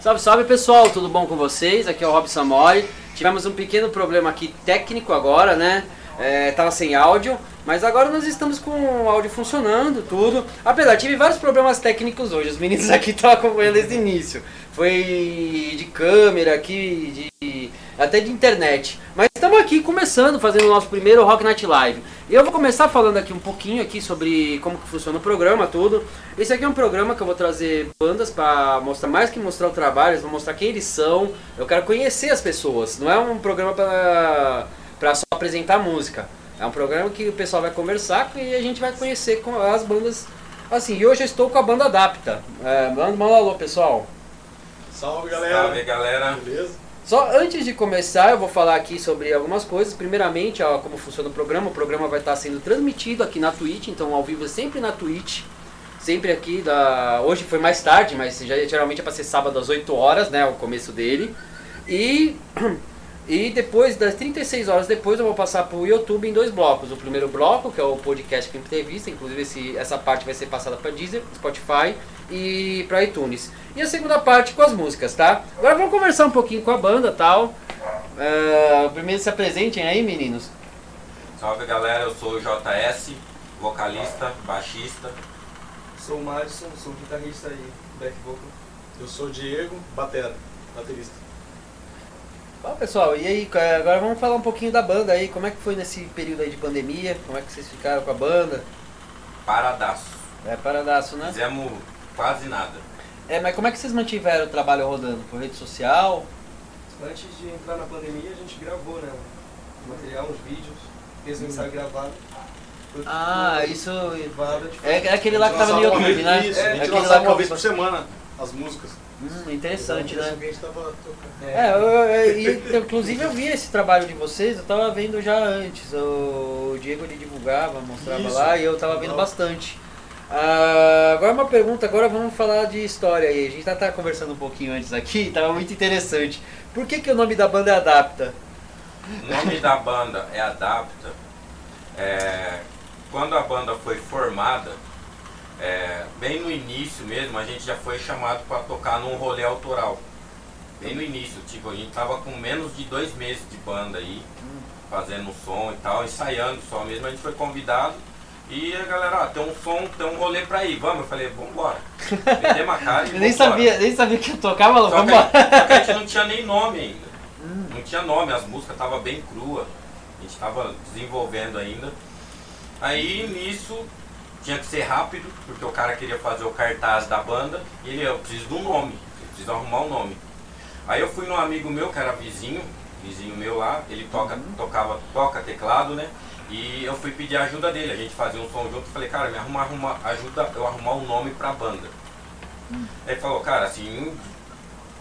Salve, salve pessoal, tudo bom com vocês? Aqui é o Rob Samori. Tivemos um pequeno problema aqui técnico agora, né? É, tava sem áudio, mas agora nós estamos com o áudio funcionando, tudo. Apesar, tive vários problemas técnicos hoje, os meninos aqui estão acompanhando desde o início. Foi de câmera aqui, de, até de internet. Mas estamos aqui começando, fazendo o nosso primeiro Rock Night Live. Eu vou começar falando aqui um pouquinho aqui sobre como que funciona o programa, tudo. Esse aqui é um programa que eu vou trazer bandas para mostrar mais que mostrar o trabalho, eu vou mostrar quem eles são. Eu quero conhecer as pessoas. Não é um programa para para só apresentar música. É um programa que o pessoal vai conversar e a gente vai conhecer com as bandas. Assim, e hoje eu estou com a banda Adapta. É, manda manda um alô, pessoal. Salve Salve, galera! galera. Beleza? Só antes de começar, eu vou falar aqui sobre algumas coisas. Primeiramente, ó, como funciona o programa. O programa vai estar sendo transmitido aqui na Twitch, então ao vivo é sempre na Twitch. Sempre aqui da. Hoje foi mais tarde, mas já, geralmente é pra ser sábado às 8 horas, né? O começo dele. E. E depois, das 36 horas depois, eu vou passar pro YouTube em dois blocos. O primeiro bloco, que é o podcast que entrevista, inclusive esse, essa parte vai ser passada para Deezer, Spotify e para iTunes. E a segunda parte com as músicas, tá? Agora vamos conversar um pouquinho com a banda tal. Ah, primeiro se apresentem aí, meninos. Salve, galera. Eu sou o JS, vocalista, baixista. Sou o Madison, sou guitarrista e back vocal. Eu sou o Diego Batera, baterista. Bom, pessoal, e aí, eh, agora vamos falar um pouquinho da banda aí. Como é que foi nesse período aí de pandemia? Como é que vocês ficaram com a banda? Paradaço. É paradaço, né? Fizemos quase nada. É, mas como é que vocês mantiveram o trabalho rodando? Por rede social? Antes de entrar na pandemia, a gente gravou, né? Material, uns vídeos, fez um ensaio gravado. Foi Ah, tudo isso. gravado, tipo, É, é aquele lá que tava no Lançava uma YouTube, vez- né? Isso, é a gente aquele lançava lá uma que- vez por semana as músicas. Hum, interessante, né? A gente tava tocando. É, eu, eu- eu- inclusive eu vi esse trabalho de vocês, eu tava vendo já antes. O Diego ele divulgava, mostrava Isso. lá e eu tava vendo Legal. bastante. Ah, agora uma pergunta, agora vamos falar de história aí. A gente tá, tá conversando um pouquinho antes aqui, tava muito interessante. Por que, que o nome da banda é Adapta? O nome da banda é Adapta. É, quando a banda foi formada, é, bem no início mesmo, a gente já foi chamado para tocar num rolê autoral. Bem no início, tipo, a gente tava com menos de dois meses de banda aí, fazendo som e tal, ensaiando só mesmo, a gente foi convidado. E a galera, ó, tem um som, tem um rolê pra ir, vamos? Eu falei, vambora. Metemos a cara e Eu nem vambora. sabia, nem sabia que eu tocava, mas Só vamos que, a, lá. só que a gente não tinha nem nome ainda. Não tinha nome, as músicas estavam bem crua. A gente estava desenvolvendo ainda. Aí nisso tinha que ser rápido, porque o cara queria fazer o cartaz da banda e ele, eu preciso de um nome, eu preciso arrumar um nome. Aí eu fui num amigo meu, que era vizinho, vizinho meu lá, ele toca, tocava, toca teclado, né? E eu fui pedir a ajuda dele, a gente fazia um som junto, falei, cara, me arruma, arruma, ajuda eu a arrumar um nome pra banda. Aí ele falou, cara, assim,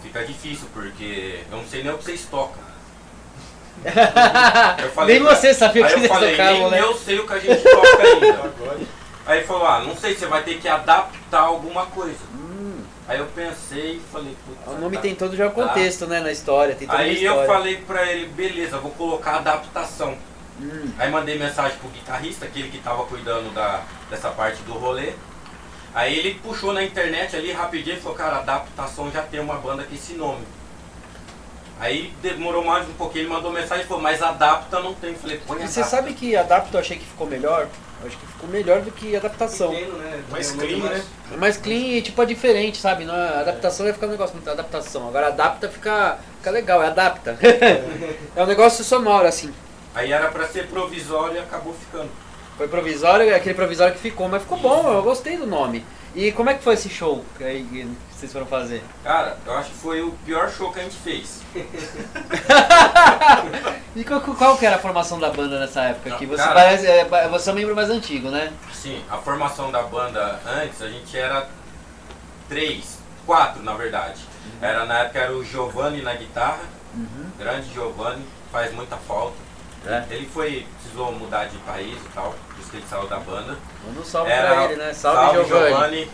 fica difícil, porque eu não sei nem o que vocês tocam. Eu falei, nem cara, você sabia que Aí eu vocês falei, tocavam, nem né? eu sei o que a gente toca ainda. Agora, Aí ele falou, ah, não sei, você vai ter que adaptar alguma coisa. Aí eu pensei e falei, putz. O É um nome tá. tem todo já o contexto, né? Na história, tem toda a Aí história. eu falei pra ele, beleza, vou colocar adaptação. Hum. Aí mandei mensagem pro guitarrista, aquele que tava cuidando da, dessa parte do rolê. Aí ele puxou na internet ali rapidinho e falou, cara, adaptação já tem uma banda com esse nome. Aí demorou mais um pouquinho, ele mandou mensagem e falou, mas adapta não tem. Eu Falei, põe E você adapta. sabe que adapto eu achei que ficou melhor? Eu acho que ficou melhor do que adaptação. pequeno, né? Mais Tem um nome clean, mais- né? É mais clean e tipo é diferente, sabe? Não, é- adaptação vai ficar um negócio muito adaptação. Agora adapta fica, fica legal, é adapta. é um negócio sonoro, assim. Aí era pra ser provisório e acabou ficando. Foi provisório, é aquele provisório que ficou, mas ficou bom, eu gostei do nome. E como é que foi esse show que aí que vocês foram fazer? Cara, eu acho que foi o pior show que a gente fez. E qual, qual que era a formação da banda nessa época? Que você Cara. parece. é, ba- você é um membro mais antigo, né? Sim, a formação da banda antes, a gente era três, quatro na verdade. Era na época era o Giovanni na guitarra, grande Giovanni, faz muita falta. É. Ele foi, precisou mudar de país e tal, por isso que ele saiu da banda. Manda um salve Era- pra ele, né? Salve, Giovanni. Giovanni.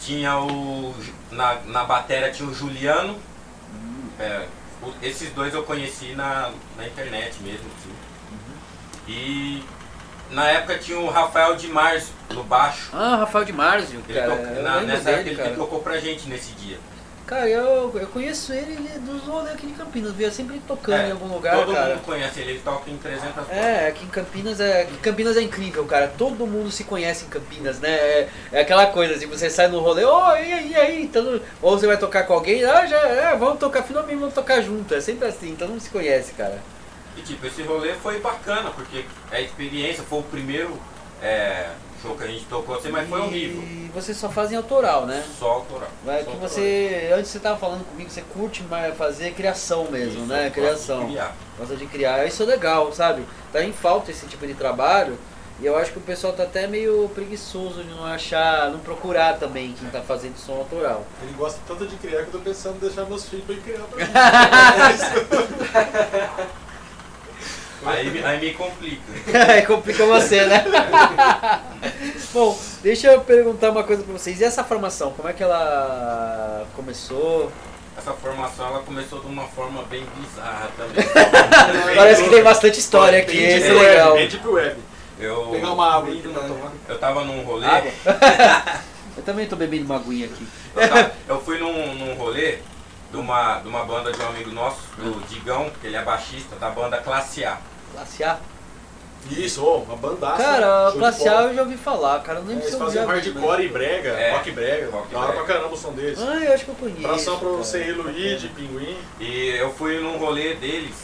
Tinha o. Na, na bateria tinha o Juliano. É, o- esses dois eu conheci na, na internet mesmo. assim. E na época tinha o Rafael de Março no baixo. Ah, Rafael de Marzio, Ele cara. tocou- eu na- lembro nessa época dele, ele cara. tocou pra gente nesse dia. Cara, eu, eu conheço ele, ele é dos rolês aqui de Campinas, via sempre ele tocando É, em algum lugar, Todo cara. mundo conhece ele, ele toca em 300 bandas. É, aqui em Campinas é. aqui em Campinas é incrível, cara. Todo mundo se conhece em Campinas, né? É, é aquela coisa, assim, você sai no rolê, ô, e aí, e aí? Todo, ou você vai tocar com alguém, ah, já, é, vamos tocar, finalmente vamos tocar junto. É sempre assim, todo mundo se conhece, cara. E tipo, esse rolê foi bacana, porque é experiência, foi o primeiro é, show que a gente tocou assim, mas foi horrível. E vocês só fazem autoral, né? Só autoral. Vai só que autoral. você. Antes você tava falando comigo, você curte mais fazer criação mesmo, Isso, eu né? gosto de Criação. criar. Gosta de criar. Isso é legal, sabe? Tá em falta esse tipo de trabalho. E eu acho que o pessoal tá até meio preguiçoso de não achar, não procurar também quem tá fazendo som autoral. Ele gosta tanto de criar que eu tô pensando em deixar meus filhos pra ele criar pra mim. Aí, me- aí me complica. Aí complica É você, né? Bom, deixa eu perguntar uma coisa pra vocês. E essa formação, como é que ela começou? Essa formação ela começou de uma forma bem bizarra também. Parece que tem bastante história aqui, Bem isso é deep web, legal. Bem deep web. Eu, Pegar uma água aqui né? Muito pra bom. tomar. eu tava num rolê. Água? Ah, Eu também tô bebendo uma aguinha aqui. Eu, tava- eu fui num, num rolê de uma, de uma banda de um amigo nosso, do Digão, que ele é baixista, da banda Classe A. Classe A. Isso, ó, uma bandaça. Cara, show de Classe bola. A eu já ouvi falar, cara. Eu não É, lembro se Eles eu fazem já vi, hardcore e brega, É, rock e brega. rock e da hora brega. pra caramba o som deles. Ah, eu acho que eu conheço. Abração pra cara. você, Luigi, Pinguim, E eu fui num rolê deles,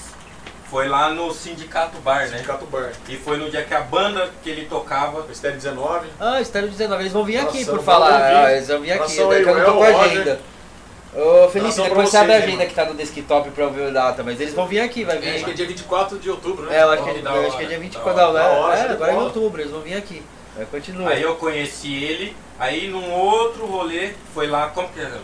foi lá no Sindicato Bar, né? Sindicato Bar. E foi no dia que a banda que ele tocava Mistério 19. Ah, Estéreo 19, eles vão vir aqui Abração, por falar. vamos Ah, vir. eles vão vir aqui, Abração daqui eu não aí, tô com a Roger. agenda. Ô, Felício, Abração pra depois você abre a vocês, agenda irmão. que tá no desktop pra eu ver a data, mas eles vão vir aqui, vai vir. Acho que é dia 24 de outubro, né? É, eu acho que é, Vamos de- dar eu hora, acho que é dia né? 24 Da da hora, da hora, hora. É, show de agora é em bola. outubro, eles vão vir aqui. Vai, continua. Aí eu conheci ele, aí num outro rolê, foi lá, como que era?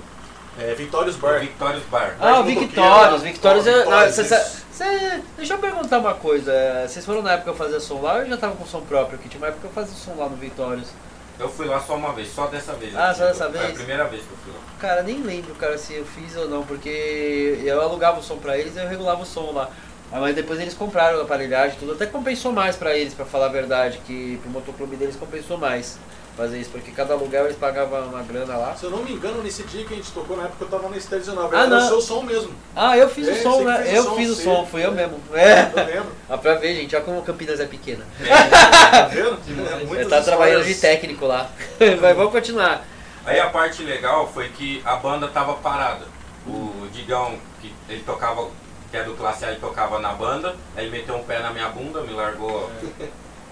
É, Vitórios O Bar. Victorious Bar. Ah, Mas Victórios, Utopia, Victórios é. Utopia, ah, cê- cê- isso. cê- Deixa eu perguntar uma coisa. é, Vocês foram na época eu fazia som lá ou eu já tava com som próprio aqui? Tinha uma época que eu fazia som lá no Victórios. Eu fui lá só uma vez, só dessa vez. assim, Ah, só dessa Foi vez? a primeira vez que eu fui lá. Cara, nem lembro, cara, se eu fiz ou não, porque eu alugava o som pra eles e eu regulava o som lá. Ah, Mas depois eles compraram a aparelhagem e tudo. Até compensou mais pra eles, pra falar a verdade, que pro motoclube deles compensou mais fazer isso, porque cada aluguel eles pagavam uma grana lá. Se eu não me engano, nesse dia que a gente tocou, na época eu tava na Mistério 19. Ah, Era não. o seu som mesmo. Ah, eu fiz É, o som, você que né? fez o eu som, fiz o você. som, fui eu mesmo. É. Eu lembro. Ah, pra ver, gente, olha como Campinas é pequena. Tá vendo? É, Ele muitas tá trabalhando histórias. de técnico lá. Mas vamos continuar. Aí a parte legal foi que a banda tava parada. O Digão, que ele tocava, que é do classe A, ele tocava na banda, aí ele meteu um pé na minha bunda, me largou,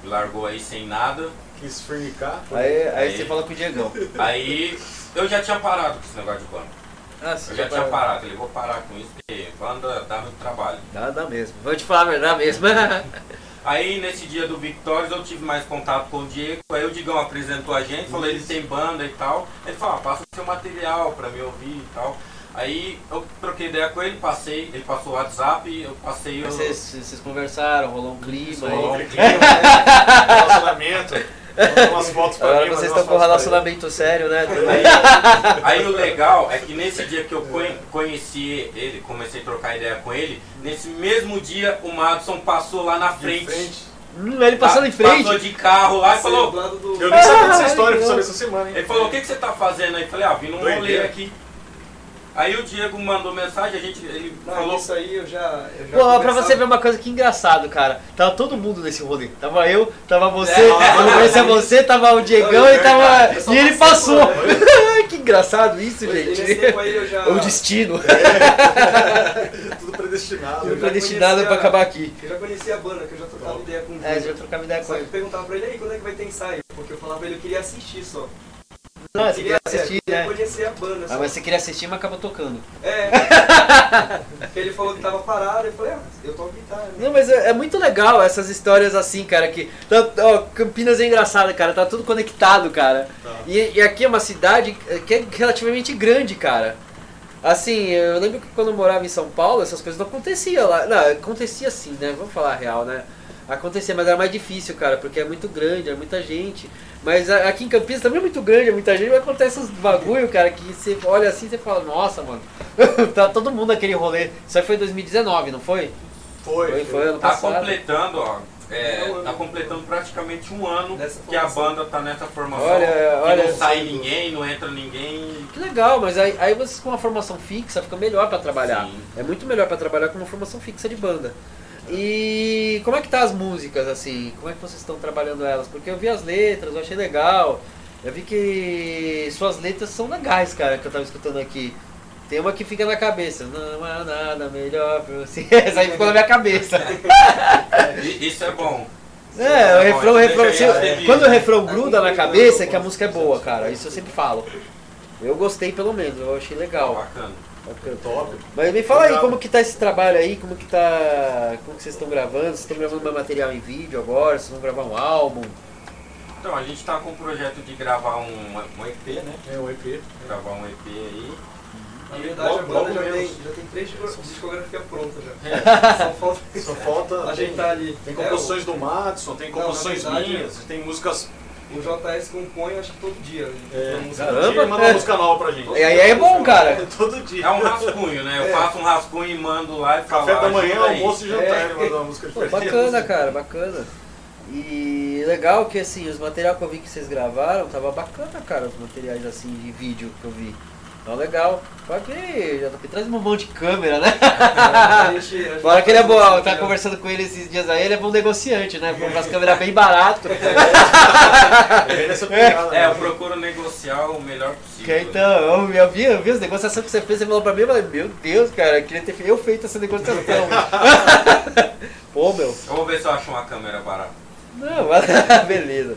me largou aí sem nada. Quis fornicar. Aí, aí Aí. você fala com o Diegão. Aí eu já tinha parado com esse negócio de banda. Ah, você Eu já já tinha parou. parado, falei, vou parar com isso, porque banda dá muito trabalho. Dá, dá mesmo. Vou te falar a verdade mesmo. Aí nesse dia do Victórias eu tive mais contato com o Diego, aí o Digão apresentou a gente, falou ele tem banda e tal. Ele falou, ah, passa seu material pra me ouvir e tal. Aí eu troquei ideia com ele, passei, ele passou o WhatsApp, eu passei o. vocês, vocês conversaram, rolou um clima. aí. Rolou um Rolou um clima, né? Relacionamento. Mandou umas fotos pra Agora mim. vocês mandou estão com um umas fotos pra ele. relacionamento sério, né? Aí, aí o legal é que nesse dia que eu conhe- conheci ele, comecei a trocar ideia com ele, nesse mesmo dia o Madison passou lá na frente. De frente. Hum, ele passando em frente. Passou de carro lá e falou. Do lado do... Eu nem sabia dessa Ah, história, fui legal. saber essa semana, hein? Ele falou, o que, que você tá fazendo aí? Eu falei, ah, vim num rolê Doideira. aqui. Aí o Diego mandou mensagem, a gente, ele Não, falou, isso aí eu já. Eu Pô, já pra conversava- você ver uma coisa que engraçado, cara. Tava todo mundo nesse rolê. Tava eu, tava você, É, eu não conhecia você, tava o Diegão e verdade, eu tava. só E ele passei passou. por que engraçado isso, Nesse gente. tempo aí eu já. O destino. Tudo predestinado. Eu Eu já predestinado conhecia- pra acabar aqui. Eu já conhecia a banda, que eu já trocava ideia com o É, Júnior. já trocava ideia com Só que eu ele. perguntava pra ele aí quando é que vai ter ensaio. Porque eu falava pra ele, eu queria assistir só. Nossa, Eu queria assistir, é, eu né? queria conhecer a banda. Só. Ah, mas você queria assistir, mas acabou tocando. É. Porque ele falou que tava parado, eu falei, ah, eu toco guitarra. né? Não, mas é, é muito legal essas histórias assim, cara, que. tá- ó, Campinas é engraçado, cara, tá tudo conectado, cara. Tá. E, e aqui é uma cidade eh, que é relativamente grande, cara. Assim, eu lembro que quando eu morava em São Paulo, essas coisas não aconteciam lá. Não, acontecia sim, né? Vamos falar a real, né? Acontecia, mas era mais difícil, cara, porque é muito grande, é muita gente. Mas a- aqui em Campinas também é muito grande, é muita gente, mas acontece uns bagulho, cara, que você olha assim e você fala, nossa, mano, tá todo mundo naquele rolê. Isso aí foi em 2019, não foi? Foi. Foi, foi ano tá passado. completando, ó, É, É um ano. tá completando praticamente um ano Dessa que a formação. banda tá nessa formação. Olha, que olha. não sai ninguém, não entra ninguém. Que legal, mas aí, aí vocês com uma formação fixa fica melhor pra trabalhar. Sim. É muito melhor pra trabalhar com uma formação fixa de banda. E como é que tá as músicas assim? Como é que vocês estão trabalhando elas? Porque eu vi as letras, eu achei legal. Eu vi que suas letras são legais, cara, que eu tava escutando aqui. Tem uma que fica na cabeça. Não há nada melhor pra você. Essa aí ficou na minha cabeça. I- Isso é bom. É, o refrão, o refrão. Deixa aí as se- quando o delícias. refrão gruda na cabeça, é que a música é boa, cara. Isso eu sempre falo. Eu gostei pelo menos, eu achei Então. legal. Bacana. Bacana. Top. Mas me fala aí como que tá esse trabalho aí, como que tá. Como que vocês estão gravando? Vocês estão gravando mais material em vídeo agora? Vocês vão gravar um álbum? Então, a gente tá com o projeto de gravar um, um EP, né? É um EP. Gravar um EP aí. Na E verdade, logo- a banda logo já tem, menos. já tem três disco- discografia pronta já. Só Só falta falta. ajeitar ali. Tem É, o- composições do Madison, tem Não, na composições verdade, minhas, tem músicas. O JS compõe acho que todo dia. né? É, Uma música. caramba. ele manda uma música nova pra gente. E aí é bom, cara. Todo dia. É um rascunho, né? Eu É. faço um rascunho e mando lá e falo. Café "Ah, da "Ajuda manhã, aí." almoço e jantar, É. ele manda uma música Pô, diferente. bacana, cara, bacana. E legal que assim, os materiais que eu vi que vocês gravaram, tava bacana, cara, os materiais assim de vídeo que eu vi. Então legal. Fora que JP traz um monte de câmera, né? A gente- a gente Fora que ele é bom, eu tava faz- conversando com ele esses dias aí, ele é bom negociante, né? Compra as câmeras bem barato. É, ele é super piada, É, né? eu um procuro negociar o melhor possível. Que então, eu, eu vi, eu vi as negociações que você fez, você falou pra mim, eu falei, meu Deus, cara, eu queria ter fe- eu feito essa negociação. Pô, meu. Eu vou ver se eu acho uma câmera barata. Não, mas- beleza.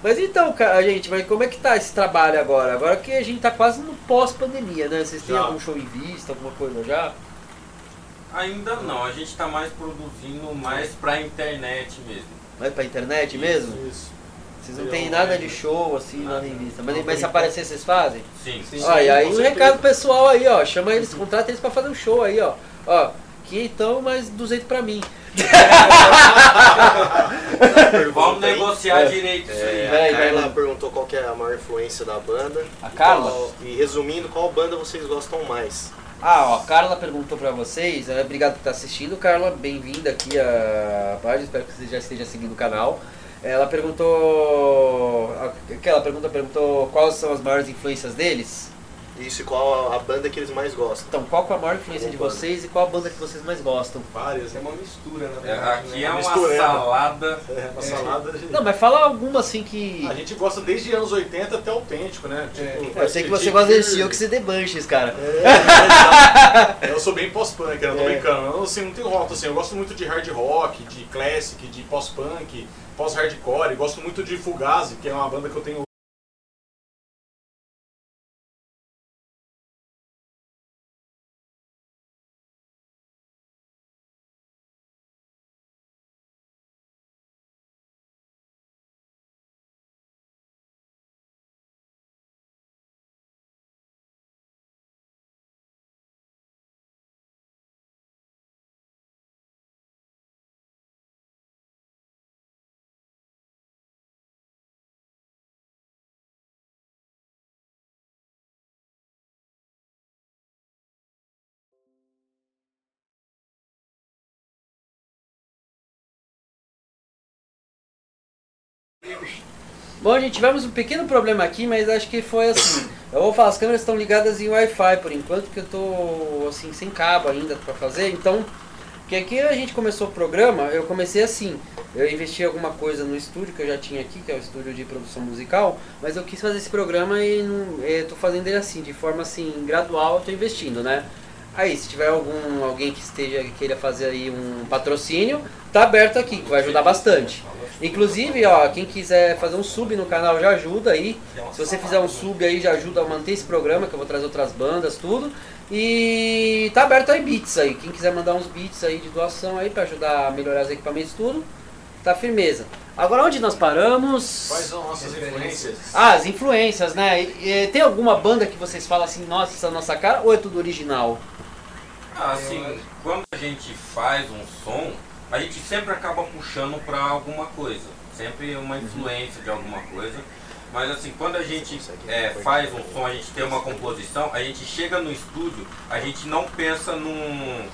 Mas então, cara, gente, mas como é que tá esse trabalho agora? Agora que a gente tá quase no pós-pandemia, né? Vocês têm Já. algum show em vista, alguma coisa já? Ainda não, a gente tá mais produzindo mais pra internet mesmo. Mas pra internet mesmo? Isso. Vocês não Eu- têm nada de show, assim, nada em vista. Mas, mas se aparecer, vocês fazem? Sim. Sim. Ó, e aí com um certeza. recado pessoal aí, ó. Chama eles, contrata eles pra fazer um show aí, ó. Ó, que então mais 200 pra mim. Vamos negociar É. direito isso É, Vai, aí. a vai Carla lá. perguntou qual que é a maior influência da banda. A E Carla? qual- E resumindo, qual banda vocês gostam mais? Ah, ó, a Carla perguntou pra vocês. eh, Obrigado por estar assistindo, Carla. Bem-vinda aqui à página. Espero que você já esteja seguindo o canal. Ela perguntou. Aquela pergunta perguntou quais são as maiores influências deles. Isso e qual a, a banda que eles mais gostam? Então, qual que é a maior influência de vocês e qual a banda que vocês mais gostam? Várias, né? É uma mistura, na É, Aqui verdade. né? é uma Misturando. salada. É, uma salada. de- Não, mas fala alguma assim que. A gente gosta desde anos 80 até autêntico, né? É. Eu sei que você gosta de Sioux e The Bunches, cara. Eu sou bem pós-punk, É. eu não tô brincando. Eu assim, não tenho rota, assim. Eu gosto muito de hard rock, de classic, de pós-punk, pós-hardcore. Gosto muito de Fugazi, que é uma banda que eu tenho. Bom, gente, tivemos um pequeno problema aqui, mas acho que foi assim. Eu vou falar, as câmeras estão ligadas em Wi-Fi por enquanto, que eu tô assim, sem cabo ainda pra fazer, então. Porque aqui a gente começou o programa, eu comecei assim. Eu investi alguma coisa no estúdio que eu já tinha aqui, que é o estúdio de produção musical, mas eu quis fazer esse programa e não, eh, tô fazendo ele assim, de forma assim, gradual, eu tô investindo, né? Aí, se tiver algum alguém que esteja que queira fazer aí um patrocínio, tá aberto aqui, que vai ajudar bastante. Inclusive, ó, quem quiser fazer um sub no canal já ajuda aí. Se você fizer um sub aí, já ajuda a manter esse programa, que eu vou trazer outras bandas, tudo. E tá aberto aí beats aí. Quem quiser mandar uns beats aí de doação aí pra ajudar a melhorar os equipamentos, tudo, tá firmeza. Agora onde nós paramos? Quais são nossas influências? Ah, as influências, né? E, e, tem alguma banda que vocês falam assim, nossa, essa é a nossa cara, ou é tudo original? Ah, assim, quando a gente faz um som, a gente sempre acaba puxando pra alguma coisa. Sempre uma influência de alguma coisa. Mas assim, quando a gente é, faz um som, a gente tem uma composição, a gente chega no estúdio, a gente não pensa num,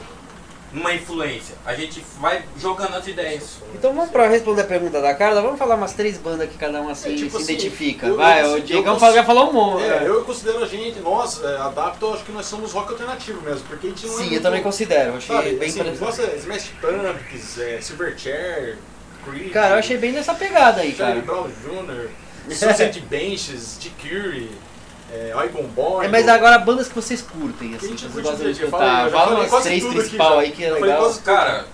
numa influência. A gente vai jogando as ideias. Então vamos pra responder a pergunta da Carla, vamos falar umas três bandas que cada um assim É, tipo se assim, identifica. eu- Vai, eu- o eu Diegão cons- falou- já falou um monte. É, né? eu considero a gente, nós, é, adapto, eu acho que nós somos rock alternativo mesmo, porque a gente não é Sim, eu muito- também considero, eu achei Sabe, bem assim, parecido. gosta de Smash Pumpkins, é, Silverchair, Creed... Cara, eu achei bem nessa pegada aí, Charlie cara. Brown Jr., Suicide Benches, Dick Curry, é, Icon Boy... É, mas agora bandas que vocês curtem, assim, que Quem te vocês curte gostam de direito? Eu falei- escutar. eu já Fala falei umas quase três tudo aqui principal já. aí que é Eu falei legal. quase- Cara,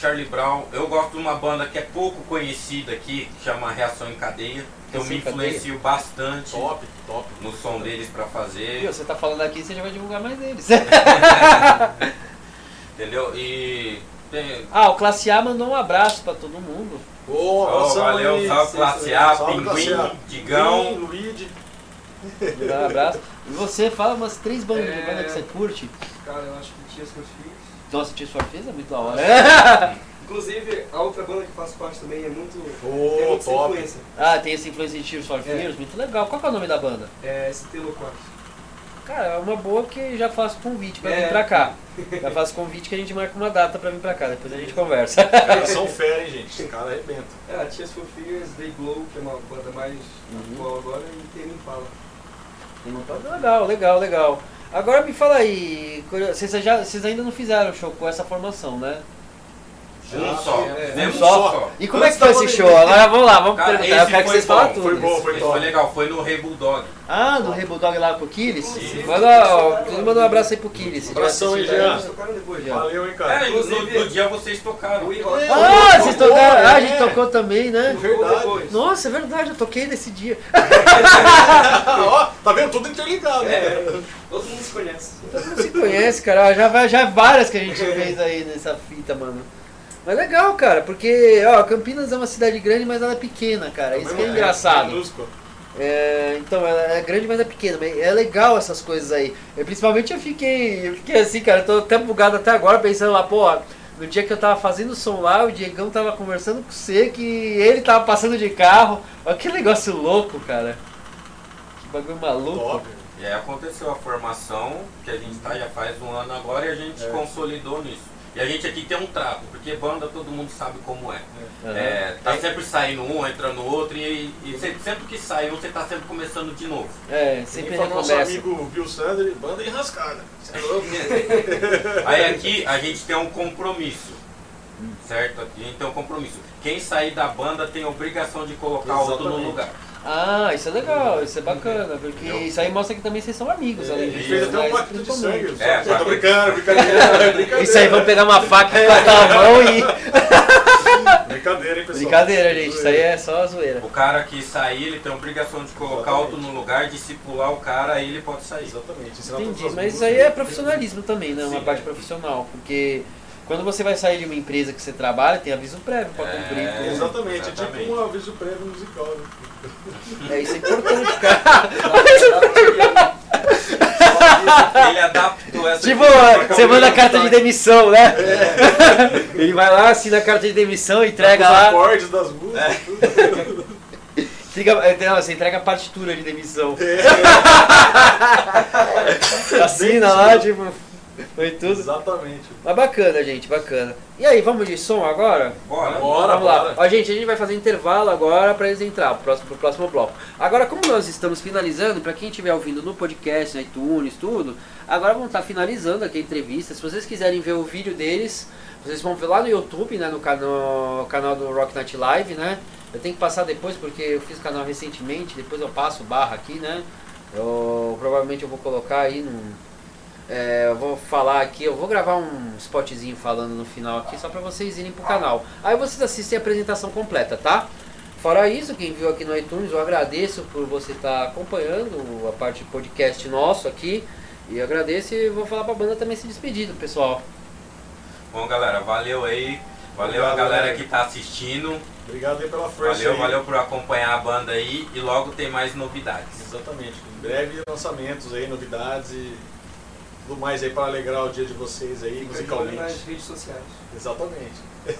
Charlie Brown, eu gosto de uma banda que é pouco conhecida aqui, que chama Reação em Cadeia. Eu Reação me em Cadeia? influencio bastante Top, top. no som deles pra Viu, fazer, Você tá falando aqui, você já vai divulgar mais deles. entendeu? E tem, ah, o Classe A mandou um abraço pra todo mundo. Ô, ó, abração valeu, aí, salve vocês- Classe A, salve, Classe A. Pinguim, Digão. Pinguim, Luigi. Mandar um abraço. E você fala umas três bandas de É. banda que você curte. Cara, eu acho que tinha seus filhos. Nossa, Tio Surfeza é muito da hora. Inclusive, a outra banda que faço parte também é muito. tem Ô, muita top. influência. ah, tem essa influência de Tio Surfeiros, muito legal. Qual que é o nome da banda? É ST Loquaz. Cara, é uma boa que já faço convite pra É. vir pra cá. Já faço convite que a gente marca uma data pra vir pra cá, depois a gente conversa. Cara, são fera, hein, gente. Os caras arrebentam. Um É, a Tears for Fears, Day Glow, que é uma banda mais Uhum. atual agora, e tem Impala. Legal, legal, legal. Agora me fala aí, curio- vocês, já, vocês ainda não fizeram show com essa formação, né? Um só, é, fizemos um um só. só. E como Antes é que da foi esse show? pandemia. Agora vamos lá, vamos Cara, perguntar. Eu esse quero que foi vocês bom, falem tudo. foi bom, Esse foi legal, foi no Rei Bulldog. Ah, do Rebel Dog lá com o Killis? Sim. Manda, todo mundo manda um abraço aí pro Killis. Abração aí, Daí Jean. eles tocaram depois. Já. Valeu, hein, É, cara. no, inclusive- no dia vocês tocaram. We Hot Ah, vocês tocou, tocaram. Ah, a é. gente tocou também, né? tocou verdade. depois. Nossa, é verdade, eu toquei nesse dia. Ó, tá vendo? Tudo interligado, né? É, cara? todo mundo se conhece. Todo mundo se conhece, cara. Ó, Já, vai- já é várias que a gente fez aí nessa fita, mano. Mas legal, cara, porque ó, Campinas é uma cidade grande, mas ela é pequena, cara. Isso que é Mesmo- engraçado. minúsculo. É, então, ela é grande, mas é pequena. mas É legal essas coisas aí. Eu, principalmente eu fiquei, eu fiquei assim, cara, eu tô até bugado até agora, pensando lá, pô, no dia que eu tava fazendo som lá, o Diegão tava conversando com você, que ele tava passando de carro. Olha que negócio louco, cara. Que bagulho maluco. Top. E aí aconteceu a formação, que a gente tá já faz um ano agora e a gente É. consolidou nisso. E a gente aqui tem um trato, porque banda todo mundo sabe como é. Aham. É, tá sempre saindo um, entrando outro, e, e cê- sempre que sai um, você tá sempre começando de novo. É, sempre Sempre falou nosso recomeça. amigo Bill Sander, banda enrascada. Aí aqui a gente tem um compromisso. Certo? Aqui a gente tem um compromisso. Quem sair da banda tem a obrigação de colocar outro no Exatamente. lugar. Ah, isso é legal, isso é bacana, porque Entendeu? isso aí mostra que também vocês são amigos, além Ele disso. fez até né? um pacto de Principalmente. sangue. só É, que eu tô pacto. brincando, brincadeira, né? brincadeira. Isso aí, vamos pegar uma faca e cortar a mão e. Brincadeira, hein, pessoal. Brincadeira, gente. Isso aí é só zoeira. O cara que sair, ele tem a obrigação de colocar Exatamente. outro no lugar, discipular o cara, aí ele pode sair. Exatamente. ensinar todas Entendi. as Mas músicas. isso aí é profissionalismo também, né? Uma Sim. parte profissional. Porque quando você vai sair de uma empresa que você trabalha, tem aviso prévio pra É, cumprir. É, né? Exatamente, é Exatamente. tipo um aviso prévio musical. Né? É, isso é importante, cara. Ele adaptou essa. Tipo, Coloca você o manda Will. carta de demissão, né? É. Ele vai lá, assina a carta de demissão, entrega Os lá. É, acordes das músicas, tudo. Fica, é, não, você entrega a partitura de demissão. Assina lá, tipo. Foi tudo. Exatamente. Mas bacana, gente, bacana. E aí, vamos de som agora? Bora. Bora, Vamos lá. bora. Ó, gente, a gente vai fazer intervalo agora para eles entrar pro próximo, pro próximo bloco. Agora, como nós estamos finalizando, para quem estiver ouvindo no podcast, na iTunes, tudo, agora vamos estar finalizando aqui a entrevista. Se vocês quiserem ver o vídeo deles, vocês vão ver lá no YouTube, né, no canal, canal do Rock Night Live, né? Eu tenho que passar depois porque eu fiz o canal recentemente, depois eu passo barra aqui, né? Eu provavelmente eu vou colocar aí num é, eu vou falar aqui, eu vou gravar um spotzinho falando no final aqui, só pra vocês irem pro canal. Aí vocês assistem a apresentação completa, tá? Fora isso, quem viu aqui no iTunes, eu agradeço por você estar acompanhando a parte de podcast nosso aqui. E eu agradeço e vou falar pra banda também se despedir do pessoal. Bom, galera, valeu aí. Valeu a Obrigado, galera galera. que tá assistindo. Obrigado aí pela força. Valeu, aí. valeu por acompanhar a banda aí. E logo tem mais novidades. Exatamente. Em breve lançamentos aí, novidades e tudo mais aí para alegrar o dia de vocês aí Fica de olho né, nas musicalmente. redes sociais. Exatamente.